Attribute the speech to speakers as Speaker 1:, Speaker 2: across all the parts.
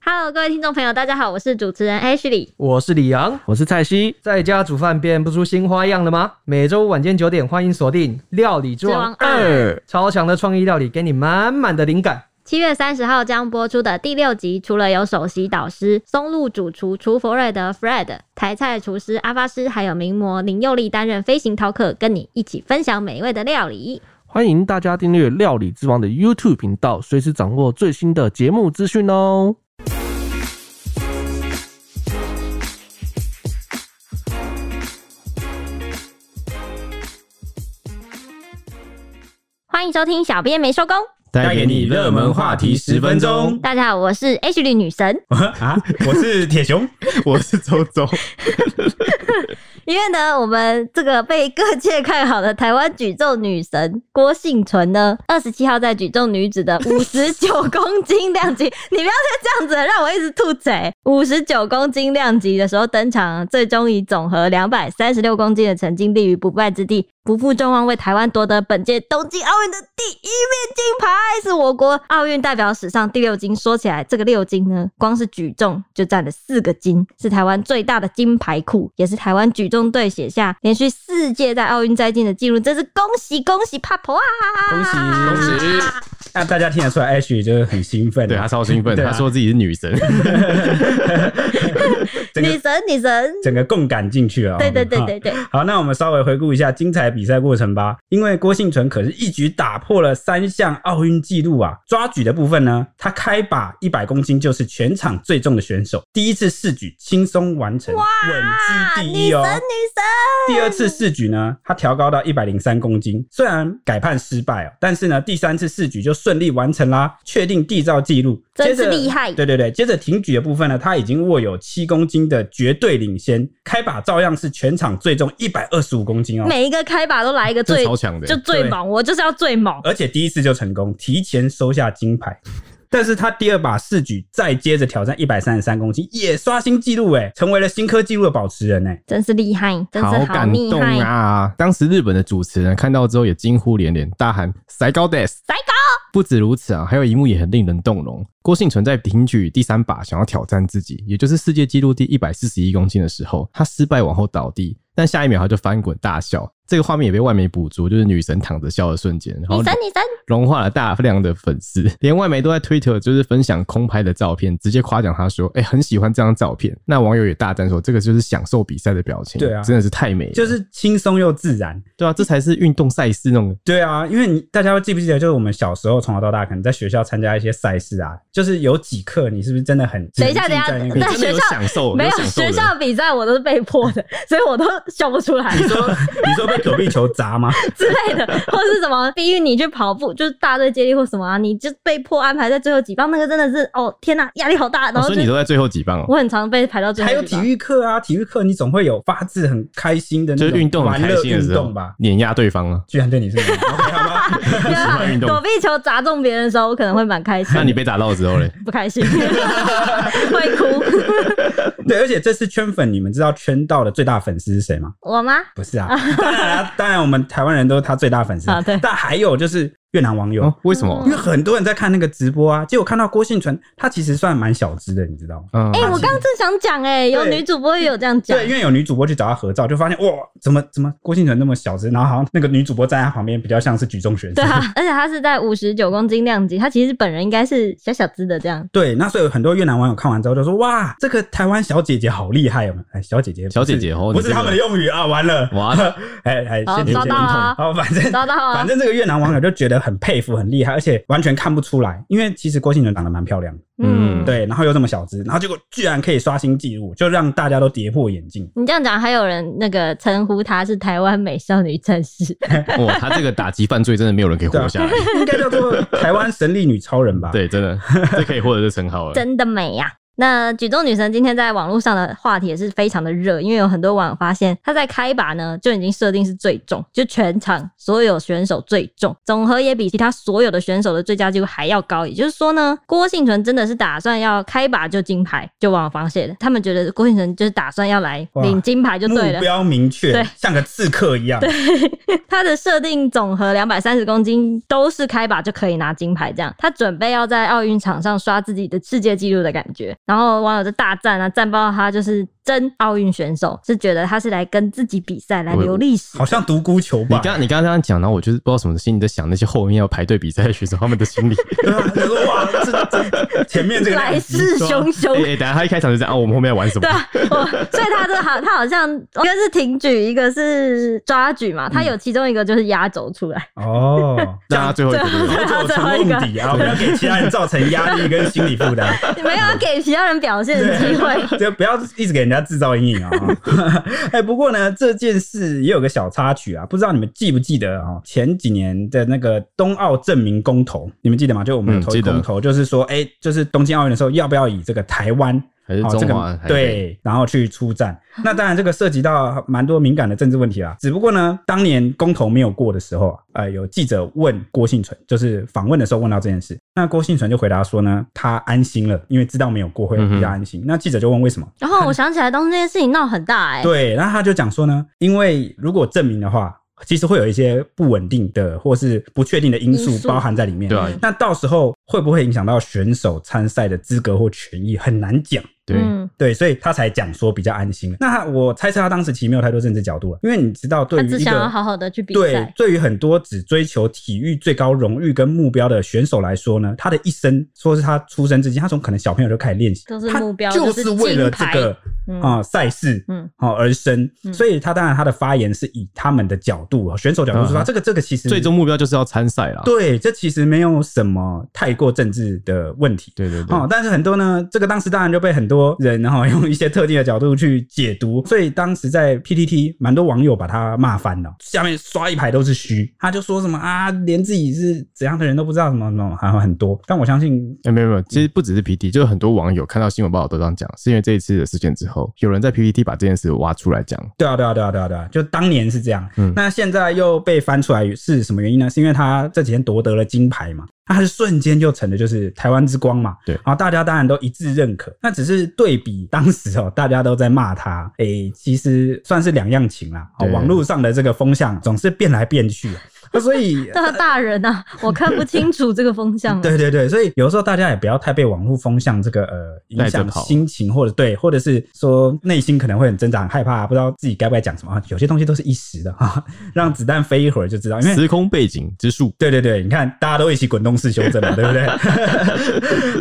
Speaker 1: Hello，各位听众朋友，大家好，我是主持人 Ashley。
Speaker 2: 我是李阳，
Speaker 3: 我是蔡西，
Speaker 2: 在家煮饭变不出新花样了吗？每周晚间九点，欢迎锁定《料理之王
Speaker 1: 之王
Speaker 2: 二》，超强的创意料理给你满满的灵感。
Speaker 1: 七月三十号将播出的第六集，除了有首席导师松露主厨厨佛瑞德 Fred、台菜厨师阿发师，还有名模林佑利担任飞行饕客，跟你一起分享美味的料理。
Speaker 3: 欢迎大家订阅《料理之王》的 YouTube 频道，随时掌握最新的节目资讯哦。
Speaker 1: 欢迎收听《小编没收工》，
Speaker 4: 带给你热门话题十分钟
Speaker 1: 大家好，我是 H 女女神。
Speaker 4: 啊！我是铁熊， 我是周周，
Speaker 1: 因为呢，我们这个被各界看好的台湾举重女神郭幸存呢，二十七号在举重女子的五十九公斤量级，你不要再这样子了，让我一直吐嘴。五十九公斤量级的时候登场，最终以总和两百三十六公斤的成绩立于不败之地，不负众望，为台湾夺得本届东京奥运的第一面金牌，是我国奥运代表史上第六金。说起来，这个六金呢，光是举重就占了四个金，是台湾最大的金牌库，也是台湾举重队写下连续四届在奥运摘金的记录，真是恭喜恭喜帕婆啊！
Speaker 3: 恭喜恭喜！
Speaker 4: 那大家听得出来，Ash 就是很兴奋，
Speaker 5: 对他超兴奋，
Speaker 4: 对啊
Speaker 5: 他说自己是 女神，
Speaker 4: 整
Speaker 1: 女
Speaker 4: 个
Speaker 1: 神女神！
Speaker 4: 整个共感进去了。
Speaker 1: 对对对对对，啊
Speaker 4: 好，那我们稍微回顾一下精彩比赛过程吧。因为郭幸存可是一举打破了三项奥运纪录啊！抓举的部分呢，他开把一百公斤就是全场最重的选手，第一次试举轻松完成，稳居第
Speaker 1: 女
Speaker 4: 一
Speaker 1: 神
Speaker 4: 哦。
Speaker 1: 女
Speaker 4: 第二次试举呢，他调高到一百零三公斤，虽然改判失败哦，但是呢，第三次试举就顺利完成啦，确定缔造纪录。
Speaker 1: 真
Speaker 4: 接着
Speaker 1: 是厉害
Speaker 4: 对对对，接着挺举的部分呢，他已经握有七公斤的绝对领先，开把照样是全场最重一百二十五公斤哦
Speaker 1: 神，，每一个开把都来一个
Speaker 5: 啊这
Speaker 1: 最
Speaker 5: 超强的
Speaker 1: 就。最猛，我就是要最猛。
Speaker 4: 而且第一次就成功，提前收下金牌。但是他第二把试举再接着挑战一百三十三公斤，也刷新纪录哎，成为了新科纪录的保持人哎。
Speaker 1: 真是厉害，真是好
Speaker 5: 感
Speaker 1: 厉
Speaker 5: 动
Speaker 1: 害！
Speaker 5: 啊！当时日本的主持人看到之后也惊呼连连，大喊“塞高 des”。
Speaker 1: 塞高！
Speaker 5: 不止如此啊，还有一幕也很令人动容。郭幸存在挺举第三把想要挑战自己，也就是世界纪录第一百四十一公斤的时候，他失败往后倒地，但下一秒他就翻滚大笑。这个画面也被外媒捕捉，就是女神躺着笑的瞬间，然后
Speaker 1: 女神女神，
Speaker 5: 融化了大量的粉丝，连外媒都在 Twitter 就是分享空拍的照片，直接夸奖他说：“哎、很喜欢这张照片。”那网友也大赞说：“这个就是享受比赛的表情，
Speaker 4: 对啊
Speaker 5: 真的是太美了，
Speaker 4: 就是轻松又自然，
Speaker 5: 对啊，这才是运动赛事那 种
Speaker 4: 对啊，因为你大家会记不记得，就是我们小时候从小到大，可能在学校参加一些赛事啊，就是有几课你是不是真的很
Speaker 1: 等一下
Speaker 4: 沉浸在
Speaker 1: 等一下
Speaker 4: 那
Speaker 5: 你
Speaker 4: 个
Speaker 1: 那
Speaker 5: 真的有
Speaker 1: 学校
Speaker 5: 享受，
Speaker 1: 没有
Speaker 5: 有享受
Speaker 1: 学
Speaker 5: 的哦
Speaker 1: 校比赛我都是被迫 的，所以我都笑不出来。
Speaker 4: 你说你说被躲避球砸吗？
Speaker 1: 之类的，或是什么逼运你去跑步，就是大队接力或什么啊，你就被迫安排在最后几棒，那个真的是哦天哪，压力好大。然
Speaker 5: 哦
Speaker 1: 后
Speaker 5: 所以
Speaker 1: 就、
Speaker 5: 你都在最后几棒哦。
Speaker 1: 我很常被排到最后 几
Speaker 4: 还有
Speaker 1: 棒。
Speaker 4: 体育课啊，体育课你总会有发自很开心的
Speaker 5: 就
Speaker 4: 那
Speaker 5: 是
Speaker 4: 种
Speaker 5: 运动很
Speaker 4: 玩
Speaker 5: 开
Speaker 4: 乐
Speaker 5: 心的
Speaker 4: 运
Speaker 5: 时候
Speaker 4: 动吧，。
Speaker 5: 碾压对方了、
Speaker 4: 居然对你是 OK 好 吧？
Speaker 1: 对啊，
Speaker 5: 运动
Speaker 1: 躲避球砸中别人的时候，我可能会蛮开心的。
Speaker 5: 那你被打到之 后嘞，
Speaker 1: 不开 心，会哭。
Speaker 4: 对，而且这次圈粉，你们知道圈到的最大粉丝是谁 吗？
Speaker 1: 我吗？
Speaker 4: 不是啊，当然啊当然我们台湾人都是他最大粉丝
Speaker 1: 啊对
Speaker 4: 但还有就是越南网友
Speaker 5: 哦，，为什么
Speaker 4: 因？为很多人在看那个直播啊，结果看到郭幸存，他其实算蛮小资的，你知道吗？
Speaker 5: 嗯，
Speaker 1: 哎、我刚刚正想讲，哎，有
Speaker 4: 对
Speaker 1: 女主播也有这样讲
Speaker 4: 对，。因为有女主播去找他合照，就发现哇，怎么怎么郭敬淳那么小只，然后好像那个女主播站在他旁边，比较像是举重选手。
Speaker 1: 对啊， 而且她是在五十九公斤量级，她其实本人应该是小小只的这 样。
Speaker 4: 对那所以很多越南网友看完之后就说：“哇，这个台湾小姐姐好厉害哦！”哎，小姐姐不是，
Speaker 5: 小姐姐哦
Speaker 4: 不
Speaker 5: 你这
Speaker 4: 是
Speaker 5: 个
Speaker 4: 他们的用语啊，完了，
Speaker 5: 哇，
Speaker 4: 哎哎，
Speaker 1: 好啊
Speaker 4: 先听
Speaker 1: 抓
Speaker 4: 先
Speaker 1: 到
Speaker 4: 听
Speaker 1: 了
Speaker 4: 好， 反正
Speaker 1: 抓到了
Speaker 4: 反正这个越南网友就觉得很佩服，很厉害，而且完全看不出来，因为其实郭敬淳长得蛮漂亮的，
Speaker 5: 嗯
Speaker 4: 对，然后又这么小只，然后结果居然可以刷新纪录，就让大家都跌破眼镜。
Speaker 1: 你这样讲，还有人那个称呼她是台湾美少女战士，
Speaker 5: 哇，哦他这个打击犯罪真的没有人可以活下来，
Speaker 4: 啊应该叫做台湾神力女超人吧？
Speaker 5: 对，真的，这可以获得这称号了。
Speaker 1: 真的美呀、啊那举重女神今天在网络上的话题也是非常的热，因为有很多网友发现她在开靶呢就已经设定是最重，就全场所有选手最重，总和也比其他所有的选手的最佳纪录还要高。也就是说呢，郭幸存真的是打算要开靶就金牌，就网友发现的，他们觉得郭幸存就是打算要来领金牌就对
Speaker 4: 目
Speaker 1: 了。
Speaker 4: 标明确
Speaker 1: 对，
Speaker 4: 像个刺客一样。
Speaker 1: 他的设定总和两百三十公斤都是开靶就可以拿金牌，这样他准备要在奥运场上刷自己的世界纪录的感觉。然后网友就大赞啊，赞爆他就是真奥运选手，是觉得他是来跟自己比赛，来
Speaker 5: 我
Speaker 1: 留历史
Speaker 4: 好。像独孤求
Speaker 5: 你
Speaker 4: 败，
Speaker 5: 刚你刚刚这样讲，然后我就是不知道什么心里在想那些后面要排队比赛的选手他们的 心理。
Speaker 4: 对啊，就说哇，这这前面这个
Speaker 1: 来
Speaker 4: 量级
Speaker 1: 势汹汹
Speaker 5: 哎、欸，等一下他一开场就这样，哦，我们后面要玩什么
Speaker 1: 对？啊，我所以他这好，他好像一个是挺举，一个是抓举
Speaker 5: 嗯
Speaker 1: 嘛，他有其中一个就是压轴出来，
Speaker 4: 哦，
Speaker 5: 让他最后一个留
Speaker 4: 好久成瓮底 啊，不要给其他人造成压力跟心理负担。
Speaker 1: 没有给其他人表现的机会。
Speaker 4: 就不要一直给人家制造阴影啊！ 哎，不过呢，这件事也有个小插曲啊，不知道你们记不记得啊、前几年的那个冬奥证明公投，你们记得吗？就我们有
Speaker 5: 嗯
Speaker 4: 投
Speaker 5: 记得
Speaker 4: 公投，就是说，哎、就是东京奥运的时候，要不要以这个台湾
Speaker 5: 还是
Speaker 4: 哦
Speaker 5: 中
Speaker 4: 这
Speaker 5: 华、
Speaker 4: 个对，然后去出战。
Speaker 1: 啊
Speaker 4: 那当然，这个涉及到蛮多敏感的政治问题啊啦。只不过呢，当年公投没有过的时候啊，呃，有记者问郭幸存，就是访问的时候问到这件事，那郭幸存就回答说呢，他安心了，因为知道没有过
Speaker 5: 嗯
Speaker 4: 会比较安心。那记者就问为什么？
Speaker 1: 然后我想起来，当时这件事情闹很大哎、
Speaker 5: 啊
Speaker 4: 对，那他就讲说呢，因为如果证明的话。其实会有一些不稳定的或是不确定的因
Speaker 1: 因
Speaker 4: 素
Speaker 1: 素
Speaker 4: 包含在里面，
Speaker 5: 对啊
Speaker 4: 那到时候会不会影响到选手参赛的资格或权益，很难讲。
Speaker 5: 对，
Speaker 1: 嗯，
Speaker 4: 对，所以他才讲说比较安心。那他我猜测他当时其实没有太多政治角度了，因为你知道，对
Speaker 1: 他
Speaker 4: 于
Speaker 1: 只
Speaker 4: 一
Speaker 1: 想要
Speaker 4: 个
Speaker 1: 好好的去比
Speaker 4: 对
Speaker 1: 赛。
Speaker 4: 对于很多只追求体育最高荣誉跟目标的选手来说呢，他的一生，说是他出生之前，他从可能小朋友就开始练习，
Speaker 1: 都是
Speaker 4: 他
Speaker 1: 目标
Speaker 4: 就
Speaker 1: 就是
Speaker 4: 是为
Speaker 1: 金
Speaker 4: 了这
Speaker 1: 牌
Speaker 4: 个
Speaker 1: 嗯
Speaker 4: 啊赛事，
Speaker 1: 嗯
Speaker 4: 啊而生。
Speaker 1: 嗯
Speaker 4: 所以他当然他的发言是以他们的角度，哦选手角度出发，
Speaker 5: 嗯
Speaker 4: 这个这个其实
Speaker 5: 最终目标就是要参赛啦。
Speaker 4: 对，这其实没有什么太过政治的问题。
Speaker 5: 对对对
Speaker 4: 哦，但是很多呢，这个当时当然就被很多人然后用一些特定的角度去解读，所以当时在 PTT 蛮多网友把他骂翻了，下面刷一排都是虚，他就说什么啊，连自己是怎样的人都不知道什么什么，还有很多。但我相信，
Speaker 5: 哎、没有没有，其实不只是 PT，就是很多网友看到新闻报道都这样讲，是因为这一次的事件之后，有人在 PPT 把这件事挖出来讲，
Speaker 4: 对啊，对啊，对啊，对啊，对啊，就当年是这样，
Speaker 5: 嗯
Speaker 4: 那现在又被翻出来是什么原因呢？是因为他这几天夺得了金牌嘛。那他是瞬间就成了就是台湾之光嘛，
Speaker 5: 对
Speaker 4: 然后大家当然都一致认可。那只是对比当时哦，大家都在骂他，诶、其实算是两样情啦。哦，
Speaker 5: 对
Speaker 4: 网络上的这个风向总是变来变去，那所以
Speaker 1: 对啊，大人啊，我看 不清楚这个风向啊了。
Speaker 4: 对对对，所以有时候大家也不要太被网络风向这个呃影
Speaker 5: 带着
Speaker 4: 响
Speaker 5: 跑
Speaker 4: 心情，或者对，或者是说内心可能会很挣扎、很害怕，不知道自己该不该讲什么。啊有些东西都是一时的哈、 让子弹飞一会儿就知道，因为
Speaker 5: 时空背景之术，
Speaker 4: 对对对，你看大家都一起滚动式修正 嘛，对 不对？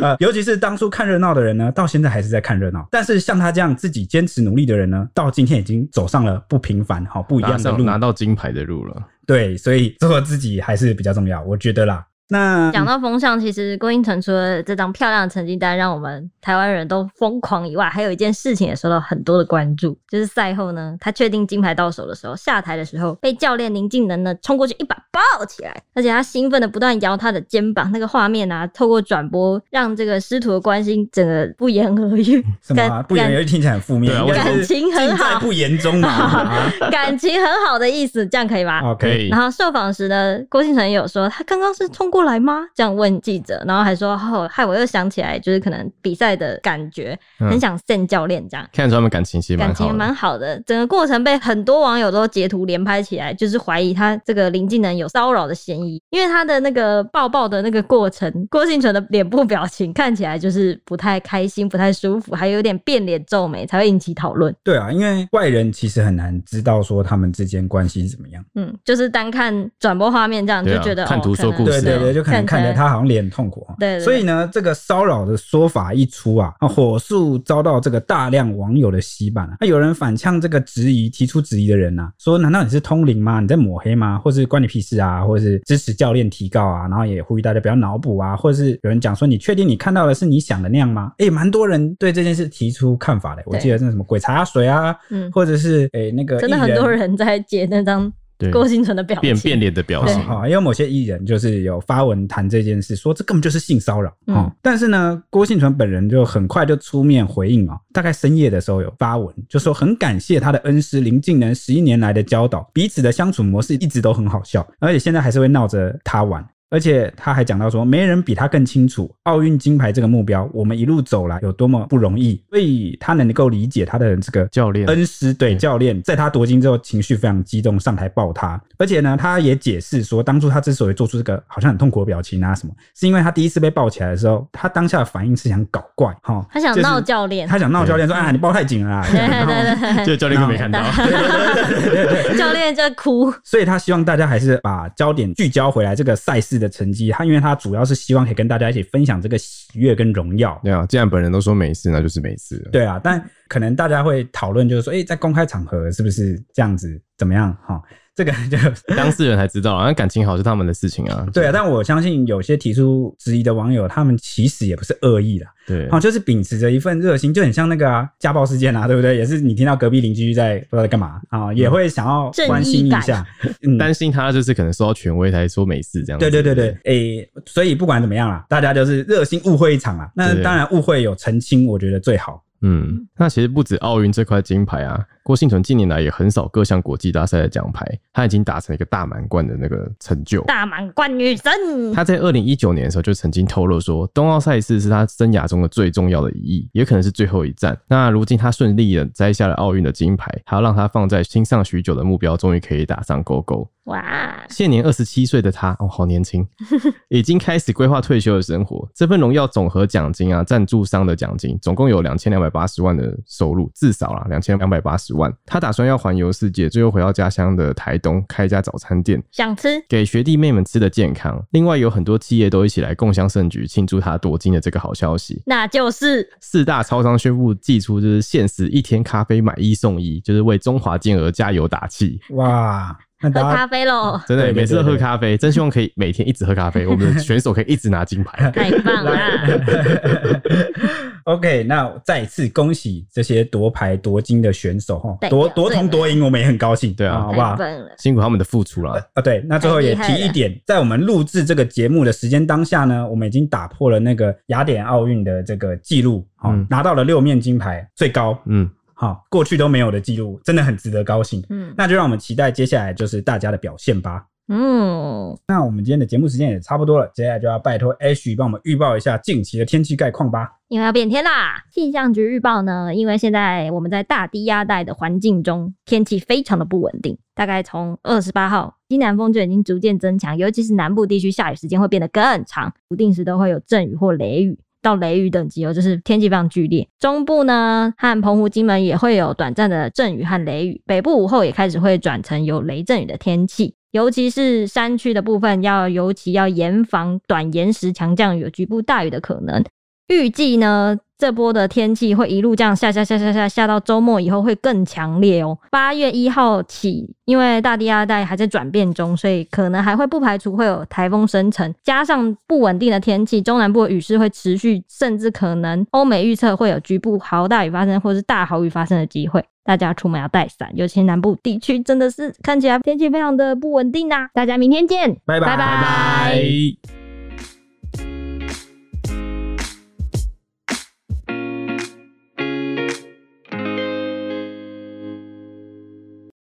Speaker 4: 呃，尤其是当初看热闹的人呢，到现在还是在看热闹。但是像他这样自己坚持努力的人呢，到今天已经走上了不平凡、好不一
Speaker 5: 拿
Speaker 4: 样的
Speaker 5: 上
Speaker 4: 路。
Speaker 5: 拿到金牌的路了。
Speaker 4: 对，所以做自己还是比较重要，我觉得啦。那
Speaker 1: 讲到风向，其实郭英成除了这张漂亮的成绩单让我们台湾人都疯狂以外，还有一件事情也受到很多的关注，就是赛后呢，他确定金牌到手的时候，下台的时候被教练林敬能呢冲过去一把抱起来，而且他兴奋的不断摇他的肩膀，那个画面啊，透过转播让这个师徒的关心整个不言而喻，
Speaker 4: 什么、啊、不言而喻听起来很负面，
Speaker 5: 对啊
Speaker 4: 应该
Speaker 5: 我
Speaker 4: 是
Speaker 1: 感情很
Speaker 4: 尽在
Speaker 1: 好
Speaker 4: 不言中 嘛。啊
Speaker 1: 感感情很好的意思，这样可以吧？
Speaker 4: OK，
Speaker 1: 然后受访时呢，郭庆成也有说，他刚刚是冲过来吗？这样问记者，然后还说，哦，害我又想起来，就是可能比赛的感觉，
Speaker 5: 嗯
Speaker 1: 很想 s 教练这样。
Speaker 5: 看得出他们感情其实蛮
Speaker 1: 感情
Speaker 5: 好
Speaker 1: 也
Speaker 5: 的。
Speaker 1: 蛮好的，整个过程被很多网友都截图连拍起来，就是怀疑他这个林敬能有骚扰的嫌疑，因为他的那个抱抱的那个过程，郭庆存的脸部表情看起来就是不太开心、不太舒服，还有点变脸皱眉，才会引起讨论。
Speaker 4: 对啊，因为外人其实很难知道说他们之间关系是怎么样。
Speaker 1: 嗯，就是单看转播画面这样
Speaker 5: 对
Speaker 1: 就
Speaker 5: 啊
Speaker 1: 觉得、
Speaker 5: 看
Speaker 1: 哦
Speaker 5: 图说
Speaker 1: 可能
Speaker 5: 故
Speaker 4: 对
Speaker 5: 事
Speaker 4: 对
Speaker 5: 啊
Speaker 4: 对，就可能
Speaker 1: 看
Speaker 4: 看
Speaker 1: 起
Speaker 4: 着
Speaker 1: 来
Speaker 4: 他好像脸很痛苦哦。
Speaker 1: 对对对
Speaker 4: 所以呢，这个骚扰的说法一出啊，啊火速遭到这个大量网友的洗版啊。那有人反呛这个质疑，提出质疑的人呐、啊，说难道你是通灵吗？你在抹黑吗？或是关你屁事啊？或者是支持教练提告啊？然后也呼吁大家不要脑补啊，或者是有人讲说你确定你看到的是你想的那样吗？诶，蛮多人对这件事提出看法的。我
Speaker 1: 对
Speaker 4: 记得那什么鬼茶水啊，
Speaker 1: 嗯
Speaker 4: 或者是诶那个
Speaker 1: 真的
Speaker 4: 艺
Speaker 1: 很多人在截那张
Speaker 5: 对，
Speaker 1: 郭幸存的表情，
Speaker 5: 变变脸的表
Speaker 1: 对
Speaker 5: 情，
Speaker 4: 好，也有某些艺人就是有发文谈这件事，说这根本就是性骚扰。
Speaker 1: 嗯
Speaker 4: 嗯，但是呢，郭幸存本人就很快就出面回应哦，大概深夜的时候有发文，就说很感谢他的恩师林敬能十一年来的教导，彼此的相处模式一直都很好笑，而且现在还是会闹着他玩。而且他还讲到说，没人比他更清楚奥运金牌这个目标，我们一路走来有多么不容易，所以他能够理解他的这个
Speaker 5: 教练
Speaker 4: 恩师对
Speaker 5: 对
Speaker 4: 教练，在他夺金之后情绪非常激动，上台抱他。而且呢，他也解释说，当初他之所以做出这个好像很痛苦的表情啊什么，是因为他第一次被抱起来的时候，他当下的反应是想搞怪，哈，
Speaker 1: 他想
Speaker 4: 就是
Speaker 1: 闹教练，
Speaker 4: 他想闹教练说啊，你抱太紧了啦。
Speaker 1: 对 对对
Speaker 4: 嗯
Speaker 1: 对
Speaker 5: 就教练都没看到，
Speaker 1: 对，教练就哭，
Speaker 4: 所以他希望大家还是把焦点聚焦回来这个赛事的成绩。他因为他主要是希望可以跟大家一起分享这个喜悦跟荣耀。
Speaker 5: 对啊，既然本人都说没事，那就是没事了。
Speaker 4: 对啊，但可能大家会讨论，就是说，哎、在公开场合是不是这样子怎么样？哈，这个就
Speaker 5: 当事人才知道啊，那感情好是他们的事情啊。
Speaker 4: 对啊，但我相信有些提出质疑的网友，他们其实也不是恶意的，
Speaker 5: 对
Speaker 4: 啊，就是秉持着一份热心，就很像那个啊家暴事件啊，对不对？也是你听到隔壁邻居在不知道在干嘛啊，
Speaker 5: 嗯
Speaker 4: 也会想要关心一 下。嗯，
Speaker 5: 担心他就是可能受到权威才说没事这样
Speaker 4: 对
Speaker 5: 子。
Speaker 4: 对对对，诶、所以不管怎么样啦，大家就是热心误会一场啦。那
Speaker 5: 对
Speaker 4: 当然误会有澄清，我觉得最好。
Speaker 5: 嗯，那其实不止奥运这块金牌啊，郭幸存近年来也很少各项国际大赛的奖牌，他已经达成一个大满贯的那个成就。
Speaker 1: 大满贯女神，
Speaker 5: 他在二零一九年的时候就曾经透露说，冬奥赛事是他生涯中的最重要的一役，也可能是最后一站。那如今他顺利的摘下了奥运的金牌，还要让他放在心上许久的目标终于可以打上勾勾。
Speaker 1: 哇，
Speaker 5: 现年二十七岁的他，哦，好年轻，已经开始规划退休的生活。这份荣耀总和奖金啊，赞助商的奖金总共有两千两百八十万的收入，至少啦两千两百八十万。他打算要环游世界，最后回到家乡的台东开一家早餐店，
Speaker 1: 想吃
Speaker 5: 给学弟妹们吃的健康。另外，有很多企业都一起来共襄盛举，庆祝他夺金的这个好消息。
Speaker 1: 那就是
Speaker 5: 四大超商宣布祭出就是限时一天咖啡买一送一，就是为中华健儿加油打气。
Speaker 4: 哇，那
Speaker 1: 喝
Speaker 4: 大
Speaker 1: 咖
Speaker 4: 家
Speaker 1: 啡 喽，。
Speaker 5: 真的，
Speaker 4: 对对
Speaker 5: 每次都
Speaker 4: 对
Speaker 5: 喝
Speaker 4: 对
Speaker 5: 咖啡，真希望可以每天一直喝咖啡，我们的选手可以一直拿金 牌
Speaker 1: 太棒啦！
Speaker 4: OK，那再次恭喜这些夺牌夺金的选手哈，
Speaker 1: 对
Speaker 4: 夺
Speaker 1: 对
Speaker 4: 夺铜夺银，我们也很高兴，哦
Speaker 5: 对啊
Speaker 4: 好
Speaker 1: 太
Speaker 4: 不好？
Speaker 1: 棒了，
Speaker 5: 辛苦他们的付出啦，
Speaker 4: 啊，对，那最后也提一点，在我们录制这个节目的时间当下呢，我们已经打破了那个雅典奥运的这个记录，哦，
Speaker 5: 嗯
Speaker 4: 拿到了六面金牌，最高，
Speaker 5: 嗯，
Speaker 4: 好、过去都没有的记录，真的很值得高兴。
Speaker 1: 嗯
Speaker 4: 那就让我们期待接下来就是大家的表现吧。
Speaker 1: 嗯，
Speaker 4: 那我们今天的节目时间也差不多了，接下来就要拜托 H 帮我们预报一下近期的天气概况吧。
Speaker 1: 因为要变天啦。气象局预报呢，因为现在我们在大低压带的环境中，天气非常的不稳定。大概从二十八号，西南风就已经逐渐增强，尤其是南部地区，下雨时间会变得更长，不定时都会有阵雨或雷雨。到雷雨等级哦，就是天气非常剧烈。中部呢和澎湖、金门也会有短暂的阵雨和雷雨，北部午后也开始会转成有雷阵雨的天气。尤其是山区的部分，要尤其要严防短延时强降雨、有局部大雨的可能。预计呢，这波的天气会一路这样下下下下下下到周末以后会更强烈哦。八月一号起，因为大低压带还在转变中，所以可能还会不排除会有台风生成，加上不稳定的天气，中南部的雨势会持续，甚至可能欧美预测会有局部豪大雨发生，或是大豪雨发生的机会。大家出门要带伞，尤其南部地区真的是看起来天气非常的不稳定啊！大家明天见，
Speaker 4: 拜拜
Speaker 1: 拜拜